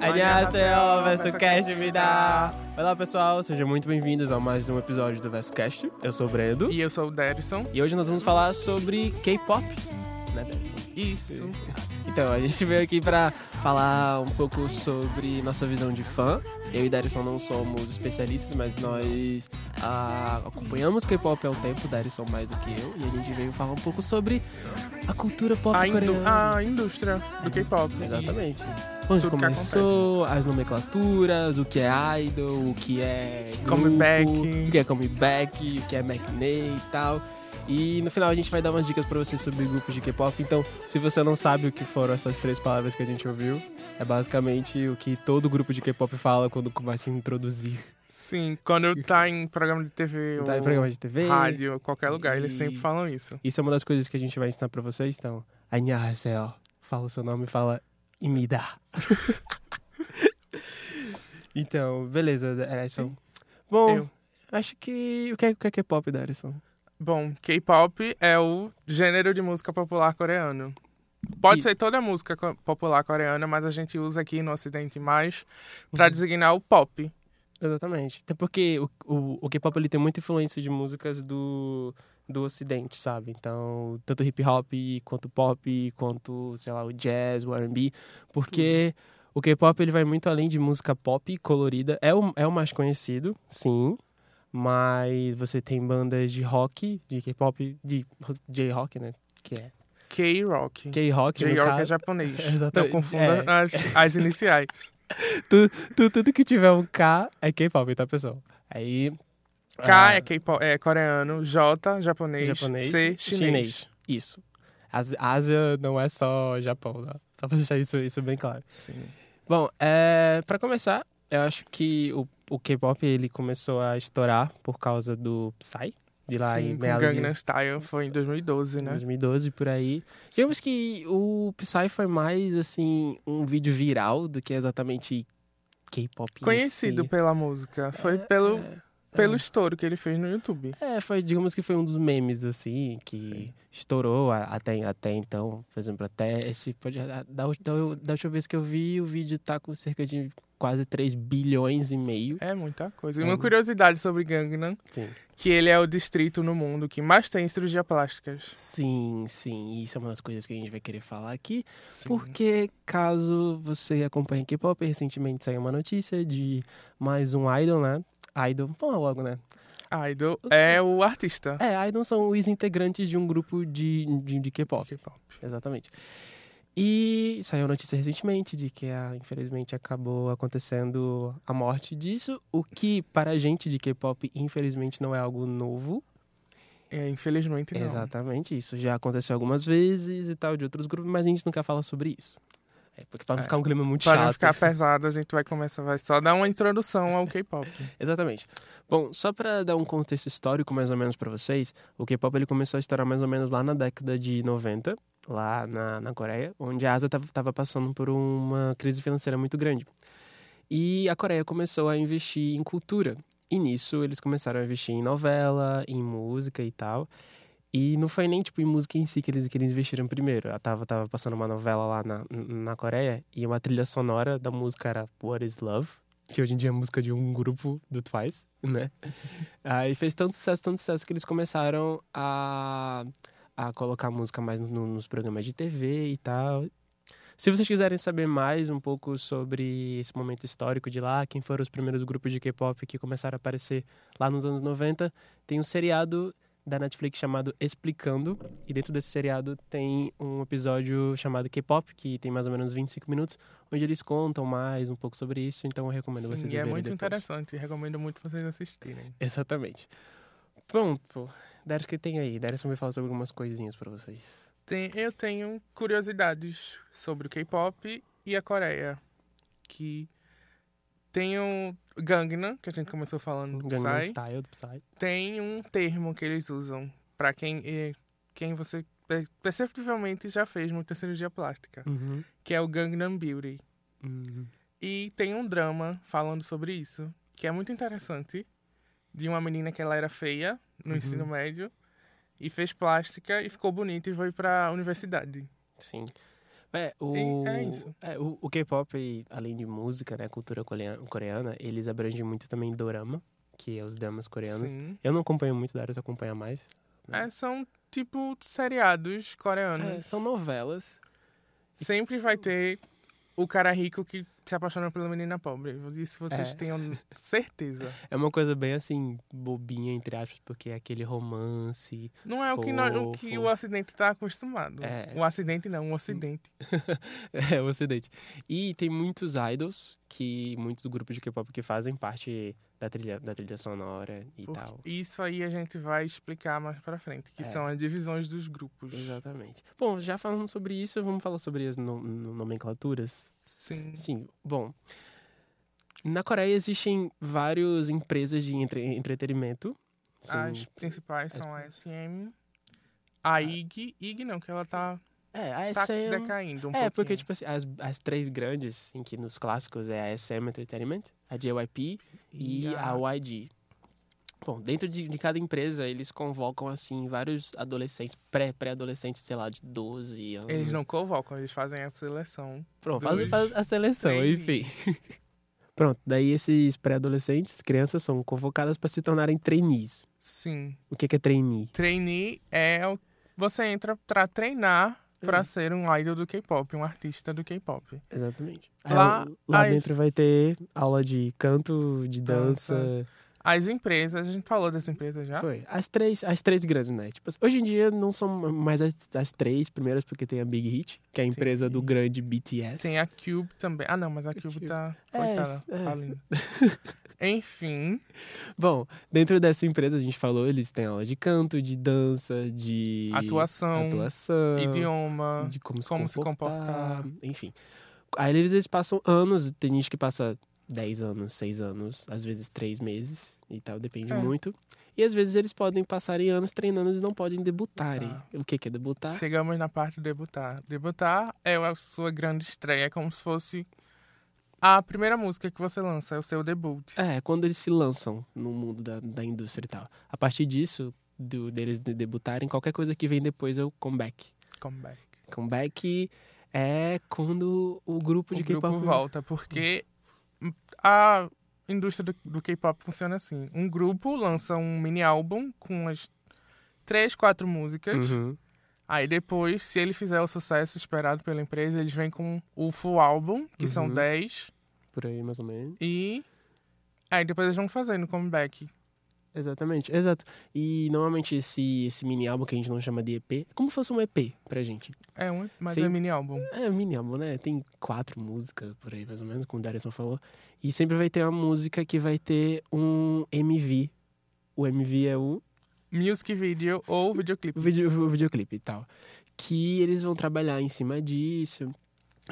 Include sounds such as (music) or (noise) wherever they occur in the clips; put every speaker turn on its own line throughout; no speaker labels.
Annyeonghaseyo, VersoCast me dá. Olá pessoal, sejam muito bem-vindos a mais um episódio do VersoCast. Eu sou o Bredo
E eu sou o Derison.
e hoje nós vamos falar sobre K-pop, né, Derison?
Isso.
(laughs) Então, a gente veio aqui pra falar um pouco sobre nossa visão de fã. Eu e Darison não somos especialistas, mas nós ah, acompanhamos K-pop há um tempo, Darison mais do que eu, e a gente veio falar um pouco sobre a cultura pop
A, indu-
coreana.
a indústria do K-pop.
Exatamente. Onde
Tudo que
começou, as nomenclaturas, o que é idol, o que é grupo,
Comeback.
o que é comeback, o que é matinee e tal. E no final a gente vai dar umas dicas pra vocês sobre grupos de K-pop. Então, se você não sabe o que foram essas três palavras que a gente ouviu, é basicamente o que todo grupo de K-pop fala quando vai se introduzir.
Sim, quando tá em programa de TV
Tá em
ou
programa de TV.
rádio, qualquer lugar, eles
E-
sempre falam isso.
Isso é uma das coisas que a gente vai ensinar pra vocês. Então, 안녕하세요. Fala o seu nome e fala imida. (laughs) então, beleza, Darison. Bom,
Eu.
acho que... O que é, o que é K-pop, Darison?
Bom, K-pop é o gênero de música popular coreano. Pode
E-
ser toda música co- popular coreana, mas a gente usa aqui no Ocidente mais
Uhum.
pra designar o pop.
Exatamente. Até porque o, o, o K-pop ele tem muita influência de músicas do, do ocidente, sabe? Então, tanto hip hop, quanto pop, quanto, sei lá, o jazz, o R&B, porque
Uhum.
o K-pop ele vai muito além de música pop colorida. É o, é o mais conhecido, sim, mas você tem bandas de rock, de K-pop, de J-rock, né? Que é
K-rock.
K-rock, no
J-rock é
caso. (laughs)
japonês. Não
Exatamente, é.
confunda as,
(laughs)
as iniciais.
Tu- Tudo que tiver um K é K-pop, tá, pessoal? Aí...
K
ah,
é, K-pop, é coreano, J japonês,
japonês,
C chinês.
Isso. As- Ásia não é só Japão, né? Só pra deixar isso, isso bem claro.
Sim.
Bom, é, para começar, eu acho que o, o K-pop ele começou a estourar por causa do Psy, de lá em
Sim, com
meados de
Gangnam Style foi em 2012, né?
2012 por aí. Digamos que o Psy foi mais assim um vídeo viral do que exatamente K-pop. em si.
Conhecido pela música, foi
É,
pelo,
é.
pelo estouro que ele fez no YouTube.
É, foi, digamos que foi um dos memes, assim, que estourou a- até, até então. Por exemplo, até esse. Pode, da, da, da- da última vez que eu vi, o vídeo tá com cerca de quase 3 bilhões e meio.
É muita coisa. E
É.
uma curiosidade sobre Gangnam,
Sim.
que ele é o distrito no mundo que mais tem cirurgia plásticas.
Sim, sim. Isso é uma das coisas que a gente vai querer falar aqui.
Sim.
Porque, caso você acompanhe K-pop, recentemente saiu uma notícia de mais um idol, né? Idol, vamos logo, né?
Idol é o artista.
É, idol são os integrantes de um grupo de, de, de K-pop.
K-pop.
Exatamente. E saiu a notícia recentemente de que, ah, infelizmente, acabou acontecendo a morte disso, o que para a gente de K-pop, infelizmente, não é algo novo.
É, infelizmente não.
Exatamente, isso já aconteceu algumas vezes e tal, de outros grupos, mas a gente não quer falar sobre isso. É porque para não
É,
ficar um clima muito
Para
chato.
não ficar pesado, a gente vai começar, vai só dar uma introdução ao K-pop.
Exatamente. Bom, só para dar um contexto histórico mais ou menos para vocês, o K-pop ele começou a estourar mais ou menos lá na década de 90, lá na, na Coreia, onde a Ásia estava passando por uma crise financeira muito grande. E a Coreia começou a investir em cultura. E nisso eles começaram a investir em novela, em música e tal. E não foi nem tipo em música em si que eles, que eles investiram primeiro. Eu tava, tava passando uma novela lá na, na Coreia e uma trilha sonora da música era What is Love? que hoje em dia é música de um grupo do Twice, né? Aí fez tanto sucesso, tanto sucesso que eles começaram a, a colocar música mais no- nos programas de TV e tal. Se vocês quiserem saber mais um pouco sobre esse momento histórico de lá, quem foram os primeiros grupos de K-pop que começaram a aparecer lá nos anos 90, tem um seriado da Netflix chamado Explicando, e dentro desse seriado tem um episódio chamado K-pop, que tem mais ou menos 25 minutos, onde eles contam mais um pouco sobre isso, então eu recomendo vocês
Sim, e é
verem
muito
depois.
interessante. Recomendo muito vocês assistirem.
Exatamente. Pronto. Darius, o que tem aí? Darius vai falar sobre algumas coisinhas pra vocês.
Tem- eu tenho curiosidades sobre o K-pop e a Coreia. Que tem o Gangnam, que a gente começou falando do
Gangnam um
Psy.
Style do Psy.
Tem um termo que eles usam pra quem, é- quem você per- perceptivelmente já fez muita cirurgia plástica,
Uhum.
que é o Gangnam Beauty.
Uhum.
E tem um drama falando sobre isso, que é muito interessante, de uma menina que ela era feia no
Uhum.
ensino médio e fez plástica e ficou bonita e foi pra universidade.
Sim. É, o,
É isso.
é, o, o K-pop, além de música, né, cultura colea- coreana, eles abrangem muito também dorama, que é os dramas coreanos.
Sim.
Eu não acompanho muito, Darius acompanha mais.
É, são tipo seriados coreanos.
É, são novelas. É.
Sempre vai ter o cara rico que se apaixona pela menina pobre. Isso vocês
É.
tenham certeza.
É uma coisa bem assim, bobinha, entre aspas, porque é aquele romance.
Não é o que, nós, o, que
Fofo.
o acidente está acostumado.
É.
O acidente não, o ocidente.
(laughs) É, o ocidente. E tem muitos idols, que muitos grupos de K-pop que fazem parte da trilha, da trilha sonora e
Porque
tal.
Isso aí a gente vai explicar mais pra frente, que
É.
são as divisões dos grupos.
Exatamente. Bom, já falando sobre isso, vamos falar sobre as no- no- nomenclaturas.
Sim.
Sim, bom. Na Coreia existem várias empresas de entre- entretenimento. Sim,
As principais
As Ah.
são a SM, a IG. IG não, que ela tá,
É, a
tá
SM.
decaindo um pouco.
é, porque, tipo assim, as, as três grandes, em que nos clássicos é a SM Entertainment, a JYP tipo, e a YG. Bom, dentro de, de cada empresa, eles convocam, assim, vários adolescentes, pré- pré-adolescentes, sei lá, de 12 anos.
Eles não convocam, eles fazem a seleção.
Pronto, faz,
Dois,
faz a seleção,
três.
enfim. (laughs) Pronto, daí esses pré-adolescentes, crianças, são convocadas para se tornarem trainees.
Sim.
O que que é trainee?
Trainee é o... Você entra pra treinar pra
Hum.
ser um idol do K-pop, um artista do K-pop.
Exatamente.
Lá-
Lá, lá
ai.
dentro vai ter aula de canto, de dança.
As empresas, a gente falou das empresas já?
Foi. As três, as três grandes, né? Tipo, assim, hoje em dia não são mais as, as três primeiras, porque tem a Big Hit, que é a empresa do grande BTS.
Tem a Cube também. Ah, não, mas a Cube
Cube.
tá.
É,
Coitada,
é. (laughs)
falindo. Enfim,
Bom, dentro dessa empresa, a gente falou, eles têm aula de canto, de dança, de
atuação,
atuação,
idioma.
de como, se,
como se
comportar,
comportar.
Enfim. Aí eles, eles passam anos, tem gente que passa 10 anos, 6 anos, às vezes 3 meses e tal, depende
É.
muito. E às vezes eles podem passarem anos treinando e não podem debutarem.
Tá.
O que, que é debutar?
Chegamos na parte de debutar. Debutar é a sua grande estreia, é como se fosse a primeira música que você lança, é o seu debut.
É, quando eles se lançam no mundo da, da indústria e tal. A partir disso, do, deles de- debutarem, qualquer coisa que vem depois é o comeback.
Comeback.
Comeback Então, é quando o grupo
O
de
grupo
K-pop Hum.
volta, porque a indústria do, do K-pop funciona assim. Um grupo lança um mini álbum com as três, quatro músicas.
Uhum.
Aí depois, se ele fizer o sucesso esperado pela empresa, eles vêm com o full álbum, que são
Uhum.
10,
Por aí, mais ou menos.
e aí depois eles vão fazendo comeback.
Exatamente, exato. E normalmente esse, esse mini álbum que a gente não chama de EP, é como se fosse um EP pra gente.
É um, mas
Sim.
é mini álbum.
É mini álbum, né? Tem quatro músicas por aí, mais ou menos, como o Darison falou. E sempre vai ter uma música que vai ter um MV. O MV é o
Music video ou videoclipe.
o vídeo, o videoclipe e tal. Que eles vão trabalhar em cima disso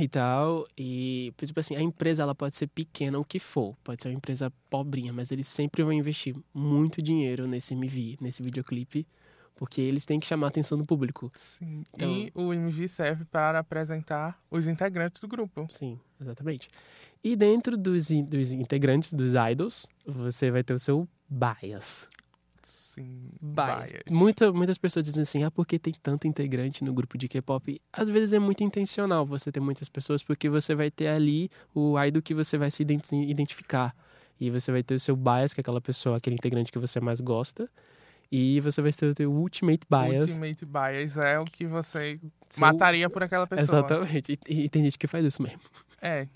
e tal. E, tipo assim, a empresa ela pode ser pequena, o que for. Pode ser uma empresa pobrinha, mas eles sempre vão investir muito dinheiro nesse MV, nesse videoclipe. Porque eles têm que chamar a atenção do público.
Sim.
Então-
E o MV serve para apresentar os integrantes do grupo.
Sim, exatamente. E dentro dos, in- dos integrantes, dos idols, você vai ter o seu bias.
Sim.
Bias.
bias.
Muita, muitas pessoas dizem assim, ah, porque tem tanto integrante no grupo de K-pop? Às vezes é muito intencional você ter muitas pessoas, porque você vai ter ali o idol que você vai se identi- identificar. E você vai ter o seu bias, que é aquela pessoa, aquele integrante que você mais gosta. E você vai ter o teu ultimate bias.
Ultimate bias é o que você
seu-
mataria por aquela pessoa.
Exatamente. E, e tem gente que faz isso mesmo.
É.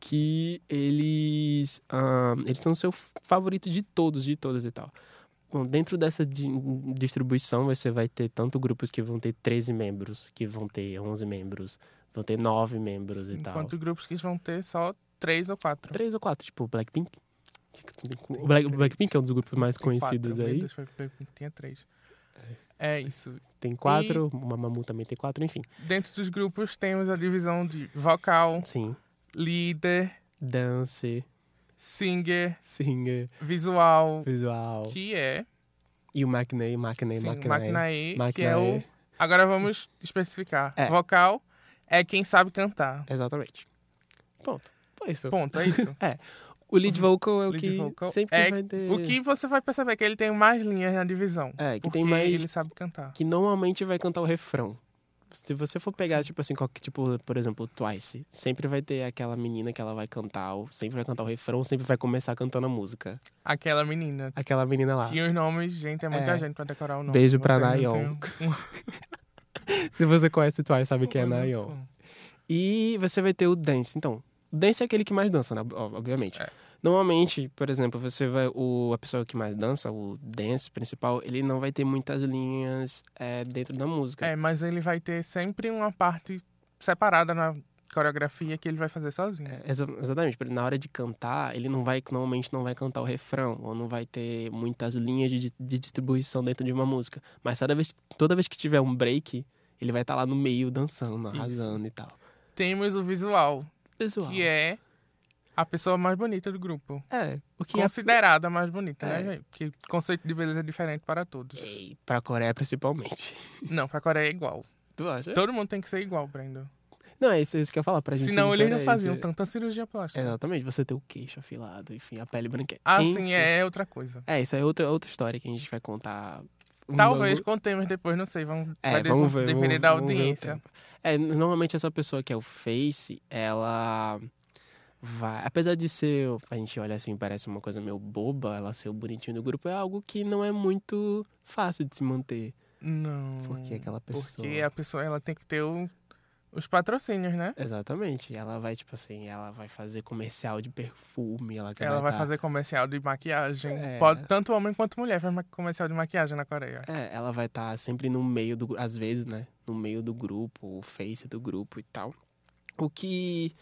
Que eles, ahn, eles são o seu favorito de todos, de todas e tal. Bom, dentro dessa di- distribuição, você vai ter tanto grupos que vão ter 13 membros, que vão ter 11 membros, vão ter 9 membros e tal.
Enquanto grupos que vão ter só três ou quatro.
Três ou quatro, tipo Blackpink. O Black- o Blackpink é um dos grupos mais
Tem
conhecidos
quatro, meu
aí.
Deus, foi- foi- tinha três. É isso.
Tem quatro, o Mamamoo também tem quatro, enfim.
Dentro dos grupos temos a divisão de vocal,
Sim.
líder,
Dance,
singer,
singer,
visual,
visual.
que é
E o Macney, Macney,
sim,
Macney.
Maknae, que
Macney.
é o. Agora vamos especificar.
É.
Vocal é quem sabe cantar.
Exatamente. Ponto. Foi isso.
Ponto, é isso.
o lead vocal (laughs) é o
lead
que
vocal
sempre
é
vai ter...
o que você vai perceber é que ele tem mais linhas na divisão.
É, que
porque
tem mais...
ele sabe cantar.
Que normalmente vai cantar o refrão. se você for pegar, tipo assim, qualquer, tipo, por exemplo, Twice, sempre vai ter aquela menina que ela vai cantar, ou sempre vai cantar o refrão, sempre vai começar cantando a música.
Aquela menina.
Aquela menina lá.
Tinha os nomes, gente, é muita
Ah. É.
gente pra decorar o nome.
Beijo pra
Você não
Nayon. (laughs)
tem um-
Se você conhece Twice, sabe quem é
uma
Nayon.
noção.
E você vai ter o dance. Então, dance é aquele que mais dança, né? Ob- Obviamente.
É.
Normalmente, por exemplo, você vai. O, a pessoa que mais dança, o dance principal, ele não vai ter muitas linhas é, dentro da música.
É, mas ele vai ter sempre uma parte separada na coreografia que ele vai fazer sozinho.
É, exa- exatamente. Na hora de cantar, ele não vai. Normalmente não vai cantar o refrão, ou não vai ter muitas linhas de, de distribuição dentro de uma música. Mas toda vez, toda vez que tiver um break, ele vai estar lá no meio dançando,
Isso.
arrasando e tal.
Temos o visual,
Pessoal.
que é a pessoa mais bonita do grupo.
É, o que é
Considerada a mais bonita,
É.
né, gente? Porque conceito de beleza é diferente para todos.
Ei, pra Coreia principalmente. (laughs)
Não, pra Coreia é igual.
Tu acha?
Todo mundo tem que ser igual, Brenda.
Não, é isso, é isso que eu ia falar pra gente.
Senão eles não
diferente.
faziam tanta cirurgia plástica.
Exatamente, você ter o queixo afilado, enfim, a pele branca.
Ah,
Enfim.
sim, é outra coisa.
É, isso é outra, outra história que a gente vai contar. um
Talvez
novo-
contemos depois, não sei. Vamos,
É,
vai
vamos ver.
depender
vamos-
da
vamos ver o
audiência.
tempo. É, normalmente essa pessoa que é o Face, ela vai. Apesar de ser. A gente olha assim, parece uma coisa meio boba, ela ser o bonitinho do grupo, é algo que não é muito fácil de se manter.
Não.
Porque aquela pessoa.
Hum, Porque é a pessoa ela tem que ter o- os patrocínios, né?
Exatamente. Ela vai, tipo assim, ela vai fazer comercial de perfume. Ela, que
Ela vai
tá-
fazer comercial de maquiagem.
É.
Pode, tanto homem quanto mulher faz ma- comercial de maquiagem na Coreia.
É, ela vai estar sempre no meio do... gru- Às vezes, né? No meio do grupo, o face do grupo e tal. O que...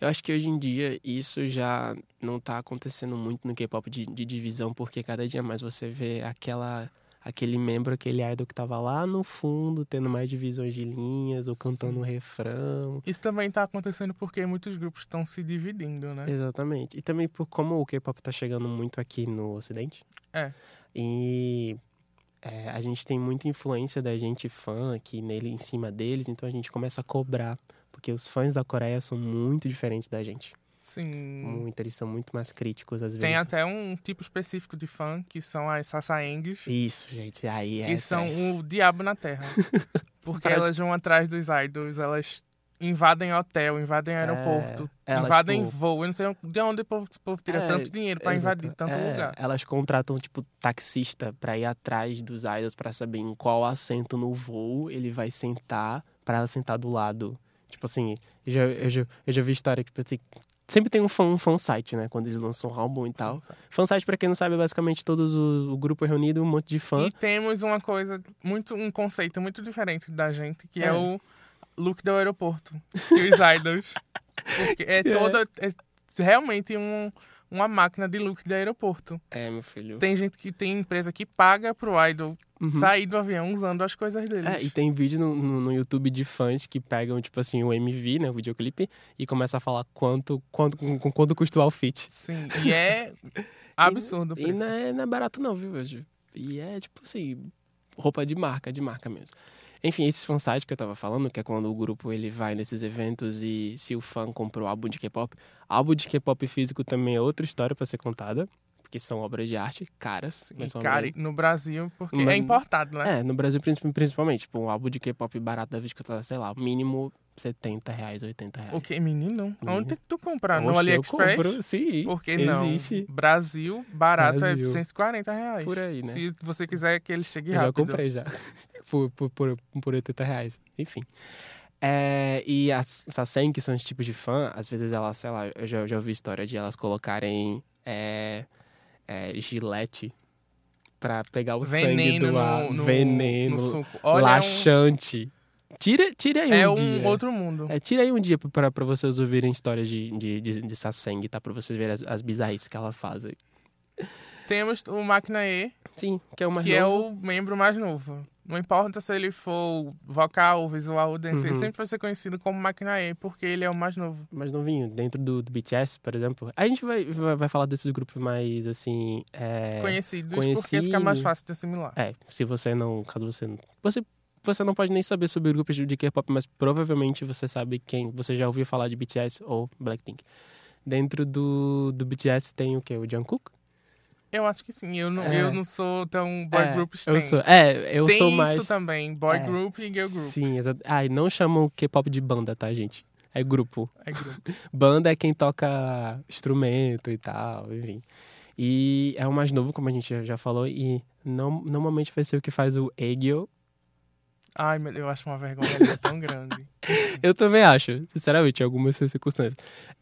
Eu acho que hoje em dia isso já não tá acontecendo muito no K-pop de, de divisão, porque cada dia mais você vê aquela... Aquele membro, aquele idol que tava lá no fundo, tendo mais divisões de linhas, ou cantando um refrão.
Isso também tá acontecendo porque muitos grupos estão se dividindo, né?
Exatamente. E também por como o K-pop tá chegando muito aqui no Ocidente.
É.
E é, a gente tem muita influência da gente fã aqui nele, em cima deles, então a gente começa a cobrar. Porque os fãs da Coreia são muito diferentes da gente.
Sim.
Muito, eles são muito mais críticos às
Hum. Tem
vezes.
até um tipo específico de fã, que são as Sasaengs,
Isso, gente. Aí é.
que são um o diabo
(laughs)
na terra. Porque
Parece-
elas vão atrás dos idols, elas invadem hotel,
É.
invadem aeroporto,
elas,
invadem
tipo,
voo. Eu não sei de onde o povo, o povo tira
É,
tanto dinheiro pra
Exato.
invadir tá tanto
É,
lugar.
Elas contratam, tipo, taxista pra ir atrás dos idols pra saber em qual assento no voo ele vai sentar pra sentar do lado. Tipo assim, eu já, eu já, eu já vi história que, tipo assim, sempre tem um fã, um fansite, né? Quando eles lançam um álbum e tal. Fansite, pra quem não sabe, é basicamente todos o, o grupo reunido, um monte de fã.
E temos uma coisa, muito um conceito muito diferente da gente, que é,
É.
o look do aeroporto e os
(laughs)
idols. Porque é toda. É realmente um, uma máquina de look do aeroporto.
É, meu filho.
Tem gente que tem empresa que paga pro idol
Uhum.
sair do avião usando as coisas deles.
É, e tem vídeo no, no, no YouTube de fãs que pegam, tipo assim, o MV, né, o videoclipe, e começa a falar quanto, quanto, com quanto custa o outfit.
Sim,
(laughs)
e é absurdo o
E
preço.
não é, não é barato não, viu, hoje. E é tipo assim, roupa de marca, de marca mesmo. Enfim, esse fansite que eu tava falando, que é quando o grupo ele vai nesses eventos e se o fã comprou álbum de K-pop, álbum de K-pop físico também é outra história pra ser contada, porque são obras de arte caras,
E,
mas são
cara,
obras-
no Brasil, porque
Mas-
é importado, né?
É, no Brasil princi- principalmente, tipo, um álbum de K-pop barato da vez que eu tava, sei lá, mínimo 70 reais, 80 reais.
É. O que, menino?
Menino.
Onde tem que tu comprar? no
Uhum. Oxe, eu
AliExpress?
compro, sim,
Porque não.
existe.
Brasil, barato
Brasil.
é 140 reais.
Por aí, né?
Se você quiser que ele chegue
Eu já
rápido.
comprei já. (laughs) por, por, por, por 80 reais. Enfim. É, e as Sassen, que são esse tipo de fã, às vezes elas, sei lá, eu já, já ouvi história de elas colocarem é, é, gilete pra pegar o sangue
Veneno
do ar.
no, no-
veneno,
no suco. Olha, um-
laxante. Tira, tira aí
é um, é
um,
um
dia.
outro mundo.
É, tira aí um dia pra, pra vocês ouvirem histórias de, de, de, de Sasseng, tá? Pra vocês verem as, as bizarrices que ela faz. aí.
Temos o Máquina E,
Sim, que é o mais
que é
novo.
o membro mais novo. Não importa se ele for vocal, visual ou dance, ele
Uhum.
sempre vai ser conhecido como Máquina E, porque ele é o mais novo.
mais novinho, dentro do, do BTS, por exemplo. A gente vai, vai, vai falar desses grupos mais, assim... É,
Conhecidos, porque
conhecido.
fica mais fácil de assimilar.
é, se você não... Caso você, não- você... Você não pode nem saber sobre grupos de K-pop, mas provavelmente você sabe quem... Você já ouviu falar de BTS ou Blackpink. Dentro do, do BTS tem o quê? O Jungkook?
Eu acho que sim. Eu não,
É.
eu não sou tão boy
é,
group
eu sou, é, eu
tem
sou
isso
mais.
também,
É.
boy group e girl group.
Sim, exato. Ai, não chamam o K-pop de banda, tá, gente? É grupo.
É grupo.
Banda é quem toca instrumento e tal, enfim. E é o mais novo, como a gente já- já falou, e não, normalmente vai ser o que faz o Egyo.
Ai, meu Deus, eu acho uma vergonha alheia tão grande.
Eu também acho, sinceramente, em algumas circunstâncias.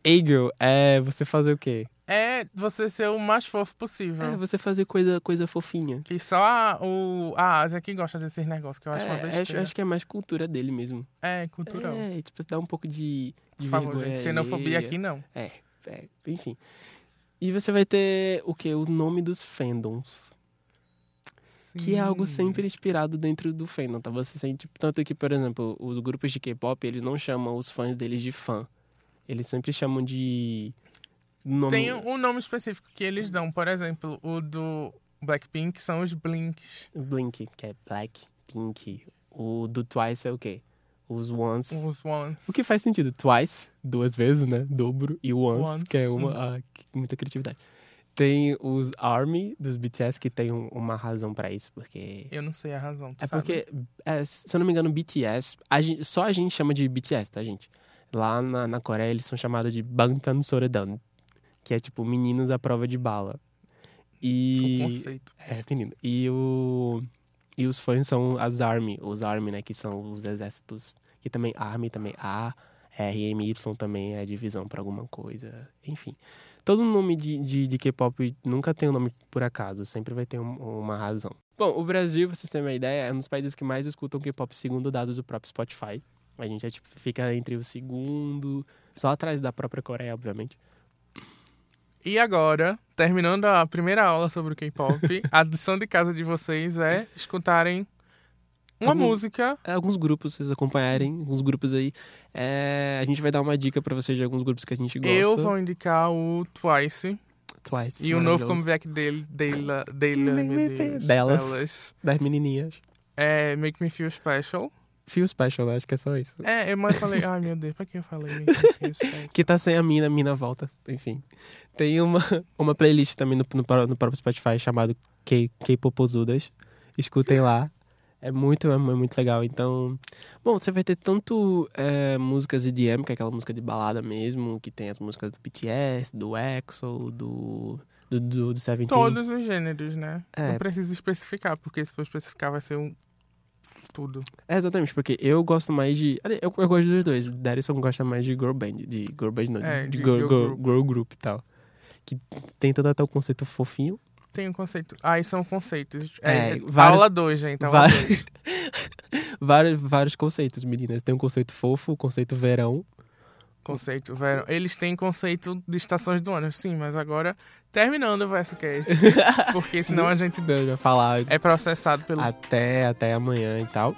Egyo é você fazer o quê?
É você ser o mais fofo possível.
É você fazer coisa, coisa fofinha.
Que só a, o, a Ásia que gosta desses negócios, que eu acho uma
É, acho,
besteira.
acho que é mais cultura dele mesmo.
É, cultural.
É, tipo, dá um pouco de, de
Por favor,
vergonha
gente, xenofobia
alheia.
aqui não.
É, enfim. E você vai ter o quê? O nome dos fandoms. que é algo
Sim.
sempre inspirado dentro do fandom, tá? Você sente tanto que, por exemplo, os grupos de K-pop, eles não chamam os fãs deles de fã. Eles sempre chamam de nome
Tem um nome específico que eles dão, por exemplo, o do Blackpink são os Blinks.
Blink, que é Black, Pink. O do Twice é o quê? Os Once.
Os Ones.
O que faz sentido. Twice, duas vezes, né? Dobro. E once,
Once, Hum.
que é uma. ah, que- muita criatividade. Tem os ARMY dos BTS, que tem um- uma razão pra isso, porque
Eu não sei a razão, tu
É
sabe?
porque, é, se eu não me engano, BTS, a gen- só a gente chama de BTS, tá, gente? Lá na, na Coreia eles são chamados de Bangtan Soredan, que é tipo meninos à prova de bala.
O
E.
conceito.
É, menino. E, o, e os fãs são as Army, os Army, né? Que são os exércitos. Que também, Army também, A, R, M, Y também é divisão pra alguma coisa. Enfim. Todo nome de, de, de K-pop nunca tem um nome por acaso, sempre vai ter um- uma razão. Bom, o Brasil, pra vocês terem uma ideia, é um dos países que mais escutam K-pop, segundo dados do próprio Spotify. A gente é, tipo, fica entre o segundo, só atrás da própria Coreia, obviamente.
E agora, terminando a primeira aula sobre
(laughs)
o K-pop, a lição de casa de vocês é escutarem uma
Algum-
música.
É, alguns grupos, vocês acompanharem, alguns grupos aí. É, a gente vai dar uma dica pra vocês de alguns grupos que a gente gosta.
Eu vou indicar o Twice
Twice.
e o novo
maravilhoso.
comeback dele, dela, dela, meu Deus,
Delas. Das menininhas.
É Make Me Feel Special.
Feel Special, né? acho que é só isso.
É, eu mais falei, ai meu Deus, pra que eu falei Make Me
(laughs)
Feel Special?
Que tá sem a mina, a mina volta. Enfim. Tem uma, (laughs) uma playlist também no, no, pró- no próprio Spotify chamado K- K-Popozudas. Escutem lá. É muito, é mu- muito legal. Então, bom, você vai ter tanto é, músicas EDM, que é aquela música de balada mesmo, que tem as músicas do BTS, do EXO, do, do, do, do Seventeen.
Todos os gêneros, né?
É.
Não precisa especificar, porque se for especificar vai ser um tudo.
É, exatamente, porque eu gosto mais de. ali, Eu, eu gosto dos dois. Darison gosta mais de girl band. De girl band, não.
É,
de
de
girl,
girl
girl- girl group e tal. Que tenta dar até o conceito fofinho.
Tem um conceito. Aí são conceitos.
É,
É, é,
vários-
Aula 2, gente. tá Aula
vários-
2.
(laughs) Vários, vários conceitos, meninas. Tem um conceito fofo, o conceito verão.
Conceito, verão. Eles têm conceito de estações do ano. Sim, mas agora terminando o verso cast. Porque senão a gente
Não, eu já falar
é processado
Ah,
pelo.
até, até amanhã e tal.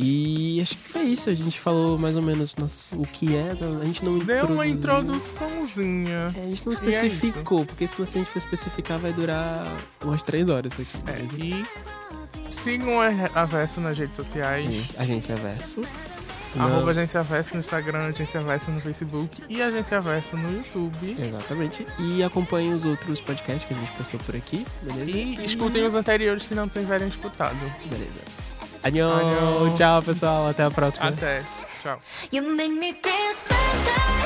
E acho que foi isso. A gente falou mais ou menos nossa, o que é. A gente não
Deu uma
introduziu.
introduçãozinha.
É, a gente não
E é isso.
especificou, porque senão se a gente for especificar vai durar umas três horas isso aqui.
É,
beleza?
e sigam a a Verso nas redes sociais.
É, Agência Verso.
Arroba Agência Verso no Instagram, Agência Verso no Facebook e Agência Verso no YouTube.
É. Exatamente. E acompanhem os outros podcasts que a gente postou por aqui, beleza?
E escutem os anteriores se não tiverem escutado.
Beleza. Annyeong.
Annyeong.
É. Tchau, pessoal. Até a próxima.
Até. Tchau.
You make me feel special.